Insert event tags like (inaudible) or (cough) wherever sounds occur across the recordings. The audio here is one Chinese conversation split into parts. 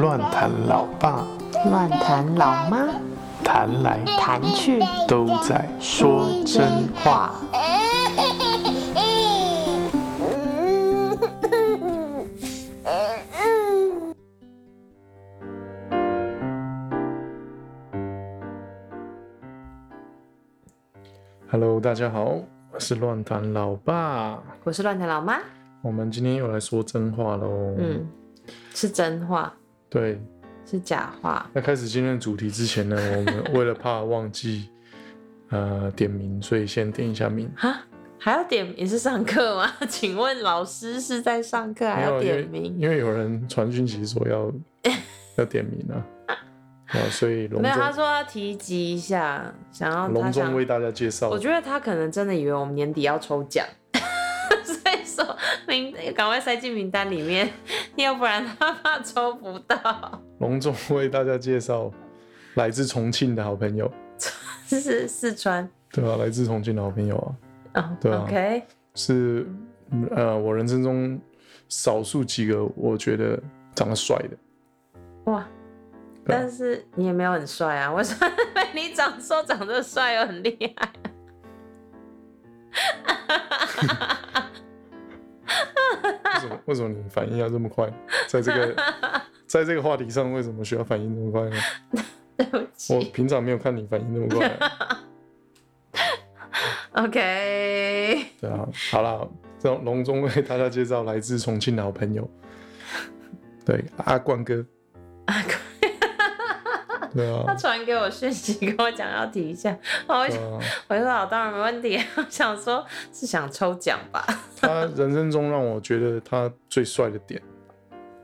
乱弹老爸乱弹老妈，弹来弹去都在说真话。Hello，大家好，我是乱弹老爸。我是乱弹老妈。我们今天又来说真话喽。嗯，，是真话，对。是假话。在开始今天的主题之前呢，我们为了怕忘记 (laughs) 呃点名，所以先点一下名。哈，还要点名是上课吗？ (laughs) 请问老师是在上课还没要有啊点因为名？因为有人传讯息说 (laughs) 要要点名啊，啊，所以隆没有，他重说要提及一下，想要他隆重想为大家介绍我，觉得他可能真的以为我们年底要抽奖， (laughs) 所以说名赶快塞进名单里面， (laughs) 要不然他怕抽不到。 (laughs) 隆重为大家介绍来自重庆的好朋友，这是四川对啊，来自重庆的好朋友啊，哦、对啊 o k 是呃我人生中少数几个我觉得长得帅的，哇！对啊但是你也没有很帅啊，我说 (laughs) 被你长说长得帅又很厉害。为什么为什么你反应要这么快？在这个在这个话题上，为什么需要反应这么快呢？对不我起平常没有看你反应那么快、啊，OK， (laughs) 对啊，好啦，这种隆重为大家介绍来自重庆的好朋友，对阿冠哥，对他啊，传给我讯息跟我讲要提一下， (laughs) 我对就啊，我就说好，当然没问题。 (laughs) 我想说是想抽奖吧。 (laughs) 他人生中让我觉得他最帅的点，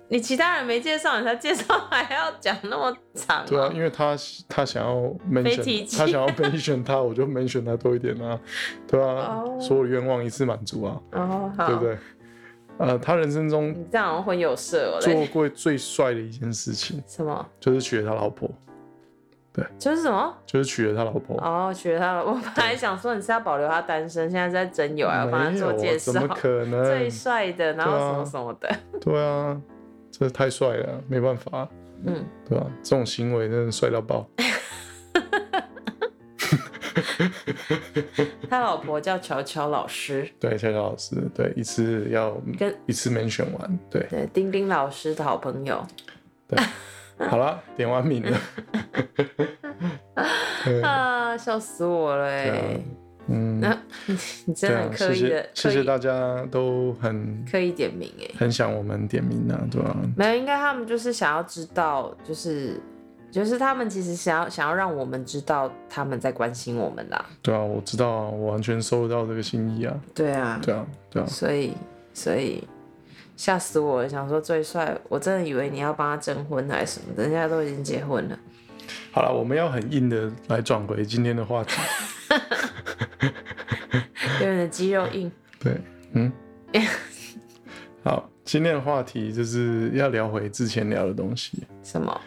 你其他人没介绍，你才介绍还要讲那么长、对啊，因为他他想要非 mention，提及他想要 (laughs) mention 他，我就 mention 他多一点啊，对啊，哦所有愿望一次满足啊，哦，好，对不对？呃，他人生中你这样好像很有色哦。做过最帅的一件事情，什么？就是娶了他老婆，就是什么？就是娶了他老婆。哦，娶她了。 (laughs) 我本来想说你是要保留她单身，现在在征友，还要啊帮她没有做介绍怎。么可能？最帅的，然后对啊什么什么的，对啊，这太帅了，没办法，啊嗯，对吧、这种行为真的帅到爆。他老婆叫乔乔老师，对，夏夏老师，对，一次要跟一次 mention 完，对对，丁丁老师的好朋友。对。好了，点完名了。对啊，笑死我了哎、对啊嗯，那你对真的啊很，刻谢谢，意的谢刻谢意大家都很刻意点名哎、很想我们点名啊，对吧、没有，应该他们就是想要知道，就是就是他们其实想要想要让我们知道他们在关心我们啦。对啊，我知道啊，我完全收到这个心意啊，对啊，对啊，对啊，所以所以吓死我了，想说最帅，我真的以为你要帮他征婚还是什么的，人家都已经结婚了。好了，我们要很硬的来转回今天的话题。有点的肌肉硬，对， (laughs) 嗯，好，今天的话题就是要聊回之前聊的东西。什么？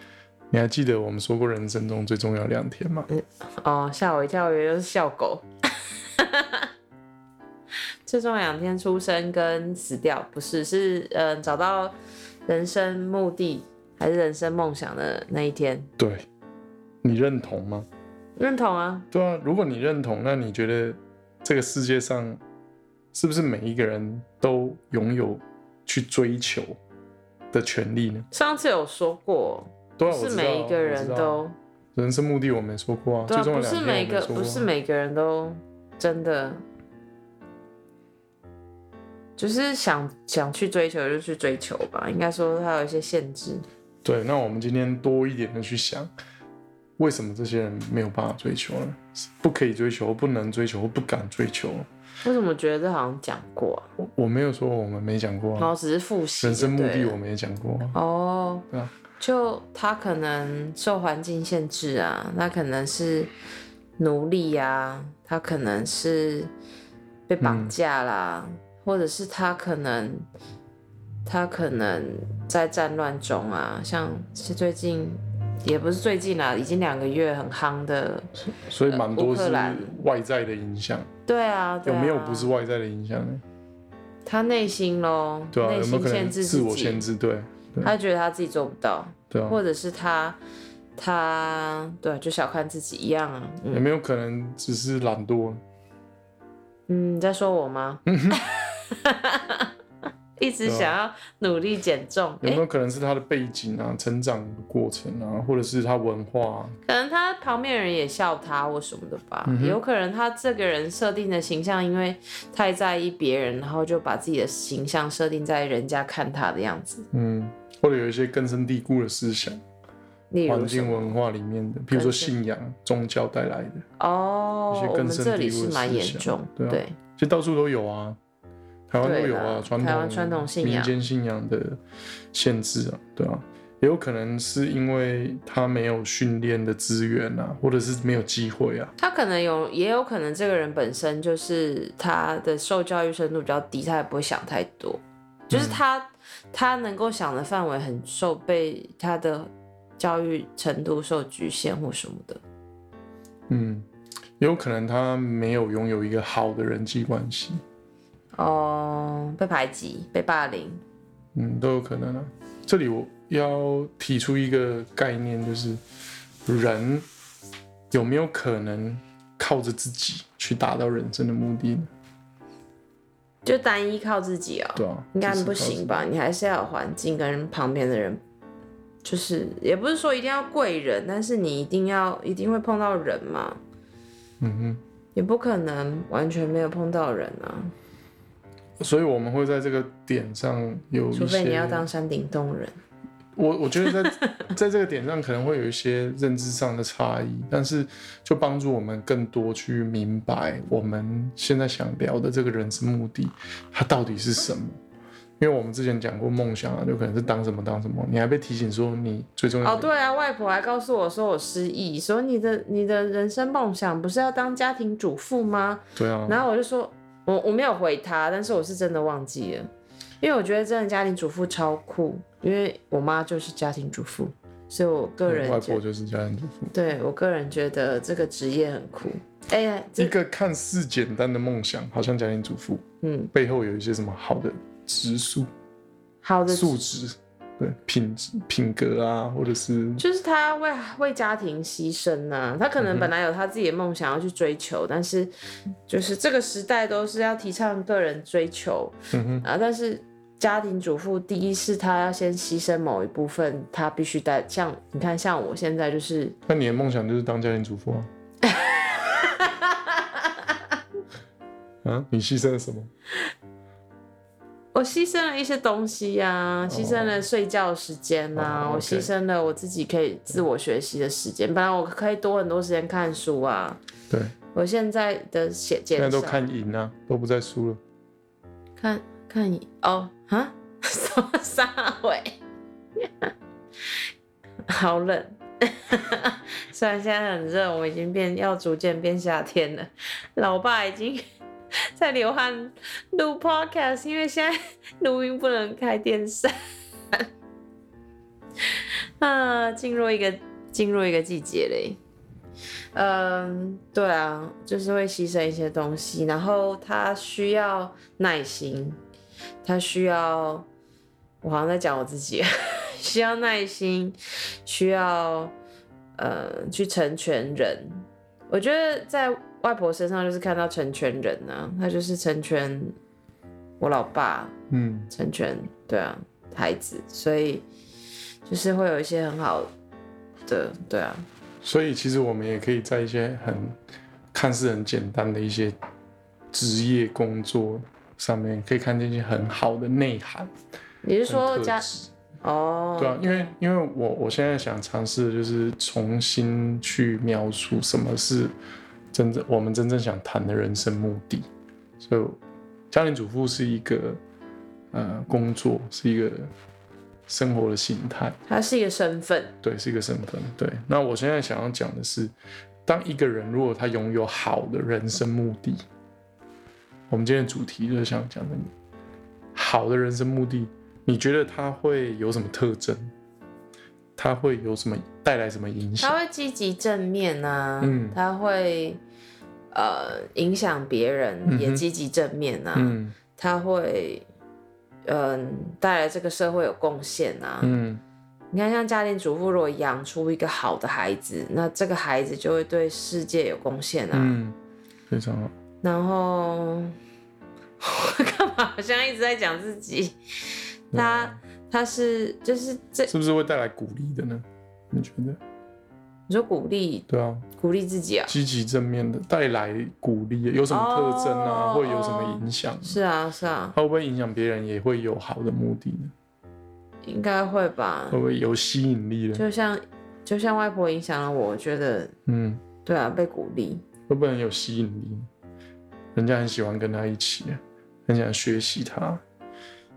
你还记得我们说过人生中最重要的两天吗？哦，吓我一跳，我以为是笑狗。 (laughs) 最重要两天出生跟死掉，不是是呃找到人生目的还是人生梦想的那一天，对，你认同吗？认同啊，对啊，如果你认同，那你觉得这个世界上是不是每一个人都拥有去追求的权利呢？上次有说过，对啊，不我是知道每一个我人知道啊都，人生目的，我们也说过啊，对啊，最重要的两不是天我们每也个说不过是啊每个人都真的，就是想想去追求就去追求吧，应该说它有一些限制，对，那我们今天多一点的去想，为什么这些人没有办法追求呢？是不可以追求，不能追求，不敢追求。为什么觉得这好像讲过啊？我我没有说我们没讲过然啊，后只是复习人生目就对的了我们也讲过啊。哦对啊，就他可能受环境限制啊，那可能是奴隶啊，他可能是被绑架啦，或者是他可能他可能在战乱中啊，像是最近也不是最近啦、已经两个月很夯的，所以蛮多乌克是兰外在的影响，对啊，对有啊没有不是外在的影响呢？他内心咯，对啊，内有没有心可能限制自自我限己，制？对，对他觉得他自己做不到，对啊，或者是他他对啊就小看自己一样啊。有嗯，没有可能只是懒惰？嗯你在说我吗？ (laughs) 一直对啊想要努力减重，有诶没有可能是他的背景啊、成长过程啊，或者是他文化、啊？可能他旁边人也笑他或什么的吧，嗯哼有可能他这个人设定的形象，因为太在意别人，然后就把自己的形象设定在人家看他的样子。嗯，或者有一些根深蒂固的思想，例环如什境么？文化里面的，譬如说根深信仰、宗教带来的，哦一些，我们根深这里蒂固是的蛮思严想重，对啊其实到处都有啊，台湾都有对啦啊，传台统湾传统信仰民间信仰的限制啊，对啊，也有可能是因为他没有训练的资源啊，或者是没有机会啊，他可能有，也有可能这个人本身就是他的受教育程度比较低，他也不会想太多，嗯就是他、他能够想的范围很受被他的教育程度受局限或什么的。嗯，也有可能他没有拥有一个好的人际关系，哦，被排挤、被霸凌，嗯，都有可能啊。这里我要提出一个概念，就是人有没有可能靠着自己去达到人生的目的呢？就单一靠自己哦，对啊，应该就是不靠自己行？吧？你还是要有环境跟旁边的人，就是也不是说一定要贵人，但是你一定要一定会碰到人嘛，嗯哼。也不可能完全没有碰到人啊，所以我们会在这个点上有一些，除非你要当山顶洞人。我，我觉得在在这个点上可能会有一些认知上的差异，但是就帮助我们更多去明白我们现在想聊的这个人生目的，它到底是什么。因为我们之前讲过梦想啊，就可能是当什么当什么，你还被提醒说你最重要哦，的对啊，外婆还告诉我说我失忆，说你的你的人生梦想不是要当家庭主妇吗？对啊，然后我就说，我我没有回他，但是我是真的忘记了，因为我觉得真的家庭主妇超酷，因为我妈就是家庭主妇，所以我个人啊外觉婆就是家庭主妇，对我个人觉得这个职业很酷。哎呀，一这个看似简单的梦想，好像家庭主妇嗯，背后有一些什么好的植树。好的，素质、对品质、品格啊，或者是就是他为为家庭牺牲呐、他嗯可能本来有他自己的梦想要去追求，但是就是这个时代都是要提倡个人追求，嗯哼，啊，但是家庭主妇第一是她要先牺牲某一部分，她必须带像你看像我现在就是那你的梦想就是当家庭主妇 (laughs) 啊？啊，你牺牲了什么？我牺牲了一些东西呀、牺牲了睡觉时间呐、哦我 OK 牺牲了我自己可以自我学习的时间，本来我可以多很多时间看书啊，对，我现在的写现在减都少看赢啊，都不再输了。看看你哦啊， (laughs) 什么撒尾？ (laughs) 好冷， (laughs) 虽然现在很热，我们已经变要逐渐变夏天了。老爸已经 (laughs) 在流汗录 podcast，因为现在录音不能开电扇。 (laughs) 啊，进入一个进入一个季节嘞。嗯，对啊，就是会牺牲一些东西，然后他需要耐心，他需要，我好像在讲我自己， (laughs) 需要耐心，需要呃去成全人。我觉得在外婆身上就是看到成全人啊，她就是成全我老爸，嗯，成全对啊孩子，所以就是会有一些很好的对啊，所以其实我们也可以在一些很看似很简单的一些职业工作上面，可以看见一些很好的内涵。你是跟说特家质哦？对啊，因为因为我我现在想尝试的就是重新去描述什么是真正我们真正想谈的人生目的，所以家庭主妇是一个呃工作，是一个生活的形态，它是一个身份，对，是一个身份。对，那我现在想要讲的是，当一个人如果他拥有好的人生目的，我们今天的主题就是想讲的好的人生目的，你觉得他会有什么特征？他会有什么带来什么影它响？会积极正面啊，嗯它会呃影响别人，嗯哼也积极正面啊，嗯，他会嗯带来这个社会有贡献啊。嗯你看，像家庭主妇如果养出一个好的孩子，那这个孩子就会对世界有贡献啊。嗯，非常好。然后 (laughs) 我干嘛？好像一直在讲自己。嗯他他是就是这，是不是会带来鼓励的呢？你觉得？你说鼓励对啊，鼓励自己啊？积极正面的带来鼓励，有什么特征啊，哦会有什么影响？是啊是啊，它会不会影响别人，也会有好的目的呢？应该会吧会。不会有吸引力呢？就像就像外婆影响了我，我觉得嗯，对啊，被鼓励。会不会很有吸引力？人家很喜欢跟他一起，啊很想学习他。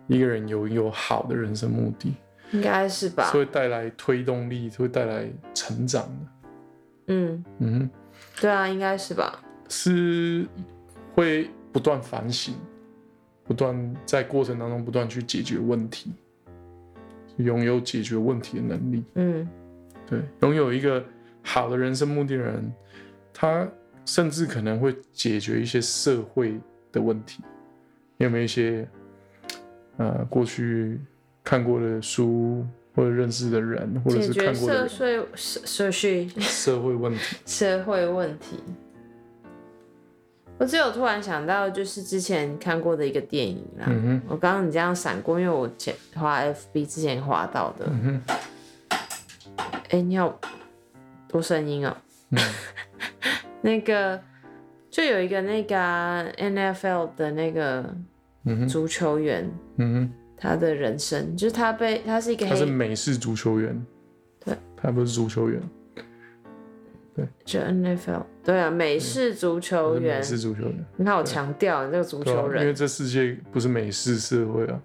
一个人有有好的人生目的，应该是吧是？会带来推动力，是会带来成长的。嗯，嗯哼。对啊，应该是吧？是会不断反省，不断在过程当中不断去解决问题，拥有解决问题的能力。嗯，对，拥有一个好的人生目的的人，他甚至可能会解决一些社会的问题。你有没有一些呃过去看过的书，或者认识的人，或者解是决看过的社人税社社税社会问 (laughs) 题？社会问题。我只有突然想到，就是之前看过的一个电影啦。嗯哼，我刚刚你这样闪过，因为我前滑 FB 之前滑到的。嗯哼，哎、你好多声音哦、嗯 (laughs) 那个就有一个那个啊、NFL 的那个嗯哼，足球员，嗯哼。他的人生就是他被他是一个他是黑美式足球员，对，他不是足球员，就 NFL 对啊，美式足球嗯他是美员。式足球员，你看我强调你这个足对啊球因为人，这世界不是美式社会啊，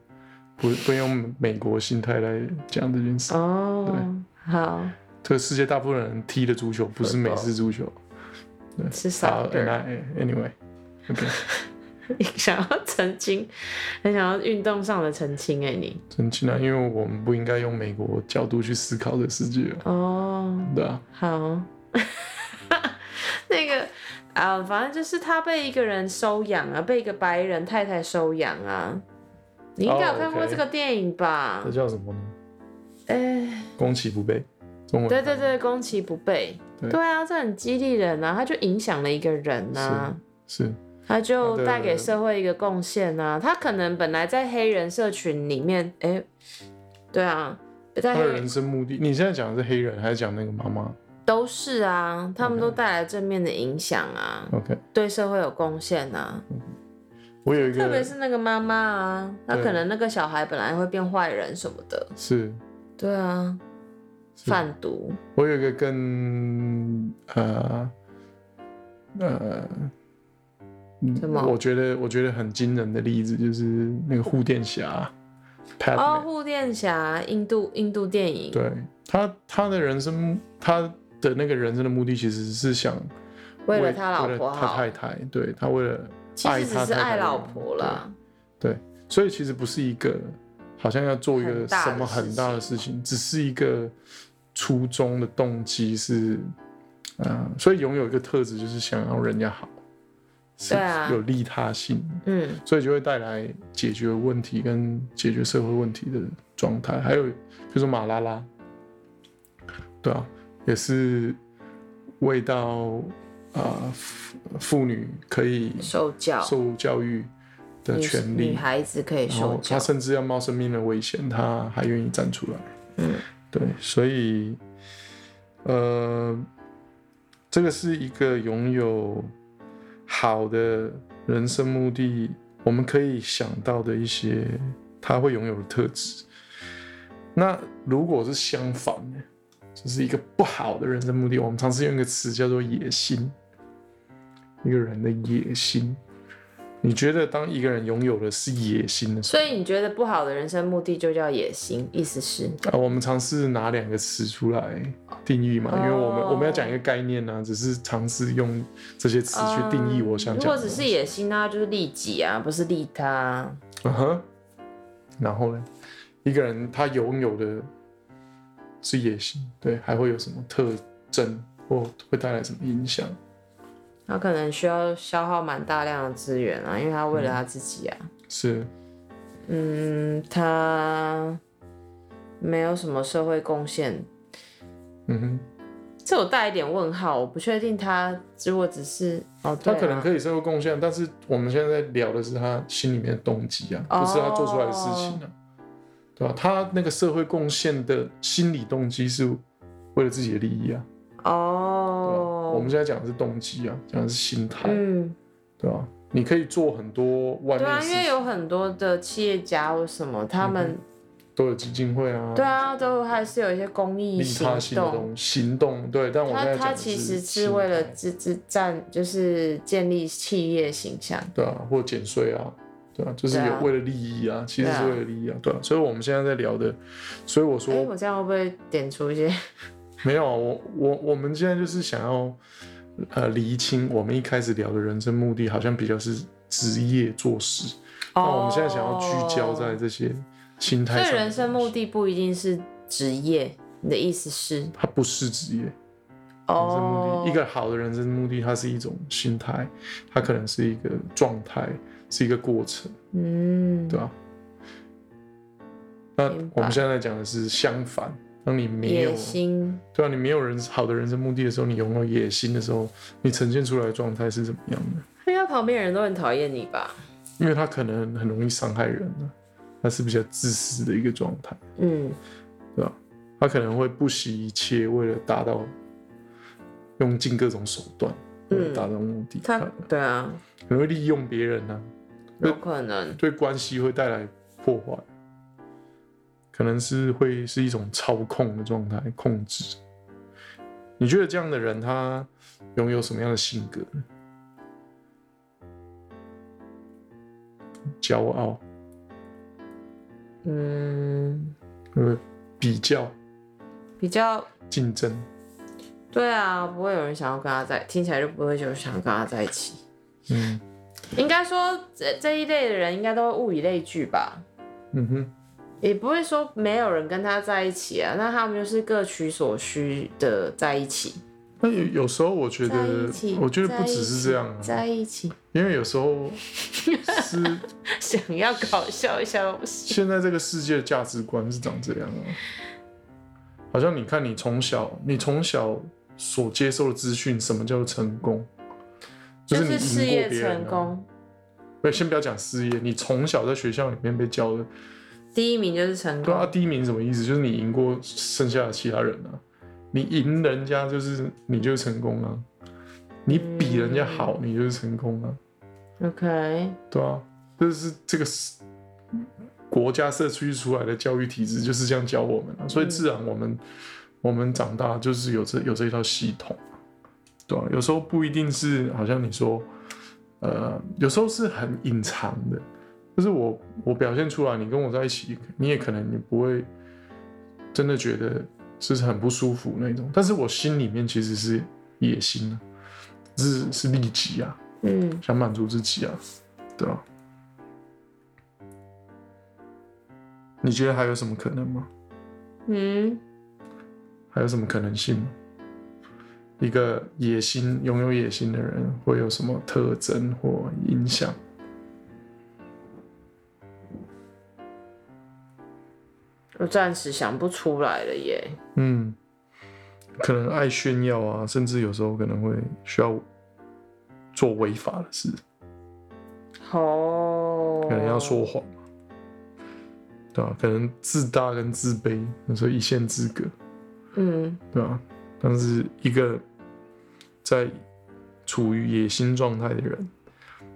不不用美国心态来讲这件事。哦， (laughs) 好这个世界大部分人踢的足球不是美式足球。是好 soccer。 ，anyway，想要澄清，很想要运动上的澄清哎、你 (laughs) 真气啊，因为我们不应该用美国角度去思考这个世界啊，哦，对啊，好， (laughs) 那个啊，反正就是他被一个人收养啊，被一个白人太太收养啊。你应该有看哦过，OK 这个电影吧这？叫什么呢？哎、攻其不备，中文对对对，攻其不备。对对啊，这很激励人啊，他就影响了一个人啊。是，他就他的带给社会一个贡献啊。他可能本来在黑人社群里面，哎、对啊，在他黑的人生目的，你现在讲的是黑人还是讲那个妈妈都是啊，他们都带来正面的影响啊， ？OK，对社会有贡献啊。我有一个特别是那个妈妈啊，她对可能那个小孩本来会变坏人什么的，是对啊，是贩毒，我有一个更呃呃，什嗯么我觉得我觉得很惊人的例子就是那个护垫侠哦， Padme，、护垫侠，印度印度电影，对他他的人生他的那个人生的目的其实是想为了他老为婆了他好，太太，对他为了其实只是爱他太太爱老婆啦，所以其实不是一个好像要做一个很大什的么很大的事情，只是一个初衷的动机是，呃，所以拥有一个特质就是想要人家好，是对啊有利他性，嗯，所以就会带来解决问题跟解决社会问题的状态。还有比如说马拉拉，对啊，也是为到啊妇、妇女可以受教，受教育的女权女利。孩子可以然受后教他，甚至要冒生命的危险，他还愿意站出来。嗯，对，所以，呃，这个是一个拥有好的人生目的，我们可以想到的一些他会拥有的特质。那如果是相反呢？就是一个不好的人生目的，我们常常用一个词叫做野心，一个人的野心。你觉得当一个人拥有的是野心的时候，所以你觉得不好的人生目的就叫野心，意思是啊，我们尝试拿两个词出来定义嘛，因为我们哦我们要讲一个概念呢、啊，只是尝试用这些词去定义我想讲嗯如的果东只西。是野心啊，就是利己啊，不是利他啊。嗯哼，然后呢，一个人他拥有的是野心，对，还会有什么特征或会带来什么影响？他可能需要消耗蛮大量的资源啊，因为他为了他自己啊，是嗯，他没有什么社会贡献，嗯哼，这我带一点问号，我不确定他如果只是哦，他对可能以可以社会贡献，但是我们现在在聊的是他心里面的动机啊，哦不是他做出来的事情啊，对吧、他那个社会贡献的心理动机是为了自己的利益啊，对吧？啊哦，我们现在讲的是动机啊，讲的是心态，嗯，对吧？你可以做很多外对面啊的，事因为情，有很多的企业家或什么，他嗯们、都有基金会啊，对啊，都还是有一些公益利他行性的动。东西行动，对。但我现他在讲他的其实心是为了态自自站，就是建立企业形象。对啊，或减税啊，对啊，就是对啊有为了利益啊，其实对啊是为了利益啊，对啊，所以我们现在在聊的，所以我哎、说我这样会不会点出一些？ (laughs) 没有啊，我我我们现在就是想要呃厘清我们一开始聊的人生目的，好像比较是职业做事，那、我们现在想要聚焦在这些心态哦所上，以人生目，的不一定是职业，你的意思是？它不是职业，人生目哦，的，一个好的人生目的，它是一种心态，它可能是一个状态，是一个过程。嗯，对吧、啊那明白我们现在讲的是相反，当你没有野心， (laughs) 对啊，你没有人好的人生目的的时候，你拥有野心的时候，你呈现出来的状态是怎么样的？应该旁边的人都很讨厌你吧？因为他可能很容易伤害人啊，他是比较自私的一个状态，嗯，对吧、他可能会不惜一切为了达到，用尽各种手段为了达到目的，他可对啊，能会利用别人啊，对有可能，对关系会带来破坏，可能是会是一种操控的状态，控制。你觉得这样的人他拥有什么样的性格呢？骄傲，嗯，呃，比较、比较竞争，对啊，不会有人想要跟他在，听起来就不会有人想要跟他在一起。嗯应该说这这一类的人应该都会物以类聚吧，嗯哼，也不会说没有人跟他在一起啊，那他们就是各取所需的在一起，那有有时候我觉在得一起，，我觉得在不一只是起这样啊，在一起，因为有时 (laughs) 候是想要搞笑一下东西，现在这个世界的价值观是长这样啊，好像你看你从小你从小所接受的资讯，什么叫做成功？就是你事赢过业别人、成啊。功，对，先不要讲事业，你从小在学校里面被教的，第一名就是成对啊，功，第一名什么意思？就是你赢过剩下的其他人啊，你赢人家就是你就是成功啊，你比人家好，嗯你就是成功啊， ，OK，对啊，这是这个是国家社区出来的教育体制就是这样教我们、啊，所以自然我们、我们长大就是有这有这一套系统啊，对啊，有时候不一定是好像你说，呃，有时候是很隐藏的，就是我我表现出来，你跟我在一起，你也可能你不会真的觉得是很不舒服那种，但是我心里面其实是野心啊，是是利己啊，嗯，想满足自己啊，对吧、你觉得还有什么可能吗？嗯，还有什么可能性吗？一个野心、拥有野心的人会有什么特征或影响？我暂时想不出来了耶，嗯，可能爱炫耀啊，甚至有时候可能会需要做违法的事，哦，可能要说谎，对吧、可能自大跟自卑，有时候一线之隔。嗯。对啊，但是一个在处于野心状态的人，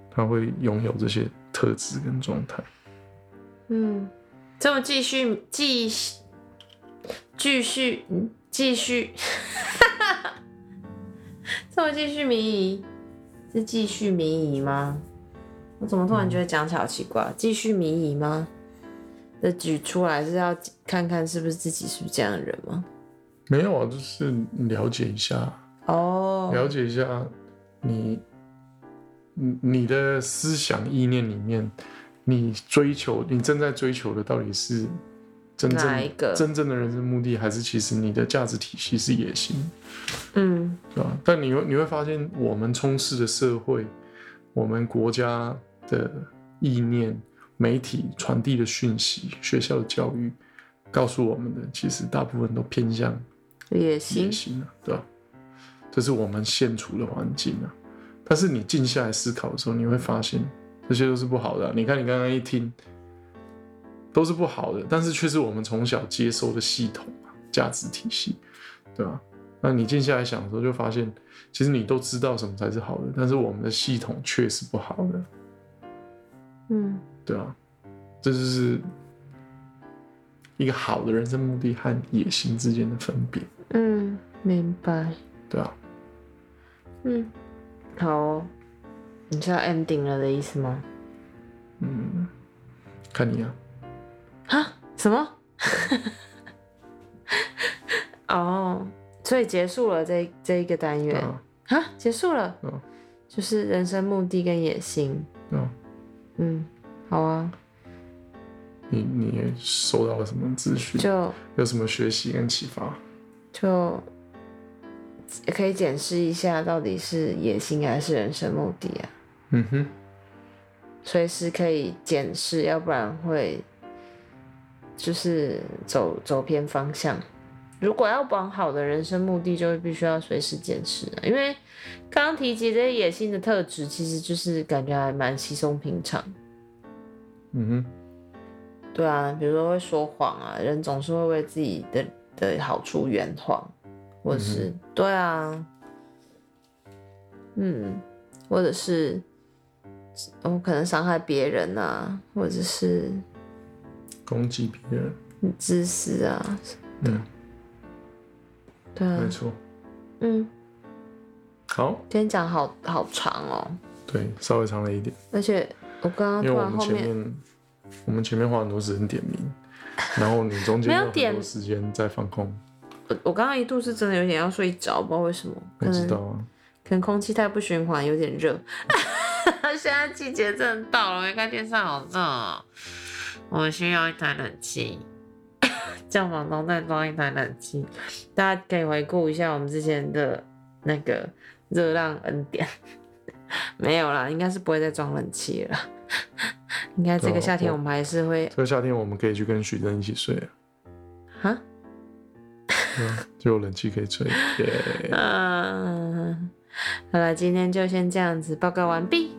他会拥有这些特质跟状态。嗯，这么继续继续继续嗯继续， (laughs) 这么继续迷疑，是继续迷疑吗？我怎么突然觉得讲起来好奇怪？继续迷疑吗？的举出来是要看看是不是自己是不是这样的人吗？没有啊，就是了解一下，哦，了解一下你，你你的思想意念里面，你追求你正在追求的到底是真哪一正个真正的人生目的，还是其实你的价值体系是野心？嗯对吧？但你会你会发现，我们充斥的社会，我们国家的意念，媒体传递的讯息、学校的教育告诉我们的，其实大部分都偏向也野行，心啊，对吧、这是我们现处的环境啊。但是你静下来思考的时候，你会发现这些都是不好的啊、你看你刚刚一听，都是不好的，但是却是我们从小接收的系统啊，价值体系，对吧、那你静下来想的时候，就发现其实你都知道什么才是好的，但是我们的系统却是不好的，嗯，对啊，这就是一个好的人生目的和野心之间的分别，嗯，明白。对啊。嗯，好哦、你知道 ending 了的意思吗？嗯，看你啊，啊？什么？ (laughs) 哦，所以结束了这这一个单元啊，啊，结束了，嗯就是人生目的跟野心。啊，嗯，好啊，你你收到了什么资讯？就有什么学习跟启发？就可以检视一下到底是野心还是人生目的啊，嗯哼，随时可以检视，要不然会就是走走偏方向。如果要往好的人生目的，就会必须要随时检视啊、因为刚刚提及这些野心的特质，其实就是感觉还蛮稀松平常。嗯对啊，比如说会说谎啊，人总是会为自己的的好处圆谎，或者是、对啊，嗯，或者是我、哦可能伤害别人啊，或者是哼，攻击别人，自私啊，嗯，对啊没，错。嗯，好，今天讲好好长哦，对，稍微长了一点，而且我刚刚因为突我然们后前面面我们前面花很多时间点名，然后你中间没有有很点多时间在放空，我我刚刚一度是真的有点要睡着，不知道为什么，可我知能道啊。可能空气太不循环，有点热。 (laughs) 现在季节真的到了，我一看天上好热哦，我们需要一台冷气。叫房东再装一台冷气，大家可以回顾一下我们之前的那个热浪恩典。 (laughs) 没有啦，应该是不会再装冷气了。应该这个夏天我们还是会这个夏天我们可以去跟许真一起睡啊，啊，嗯就有冷气可以 (laughs) 吹。耶嗯、好了，今天就先这样子报告完毕。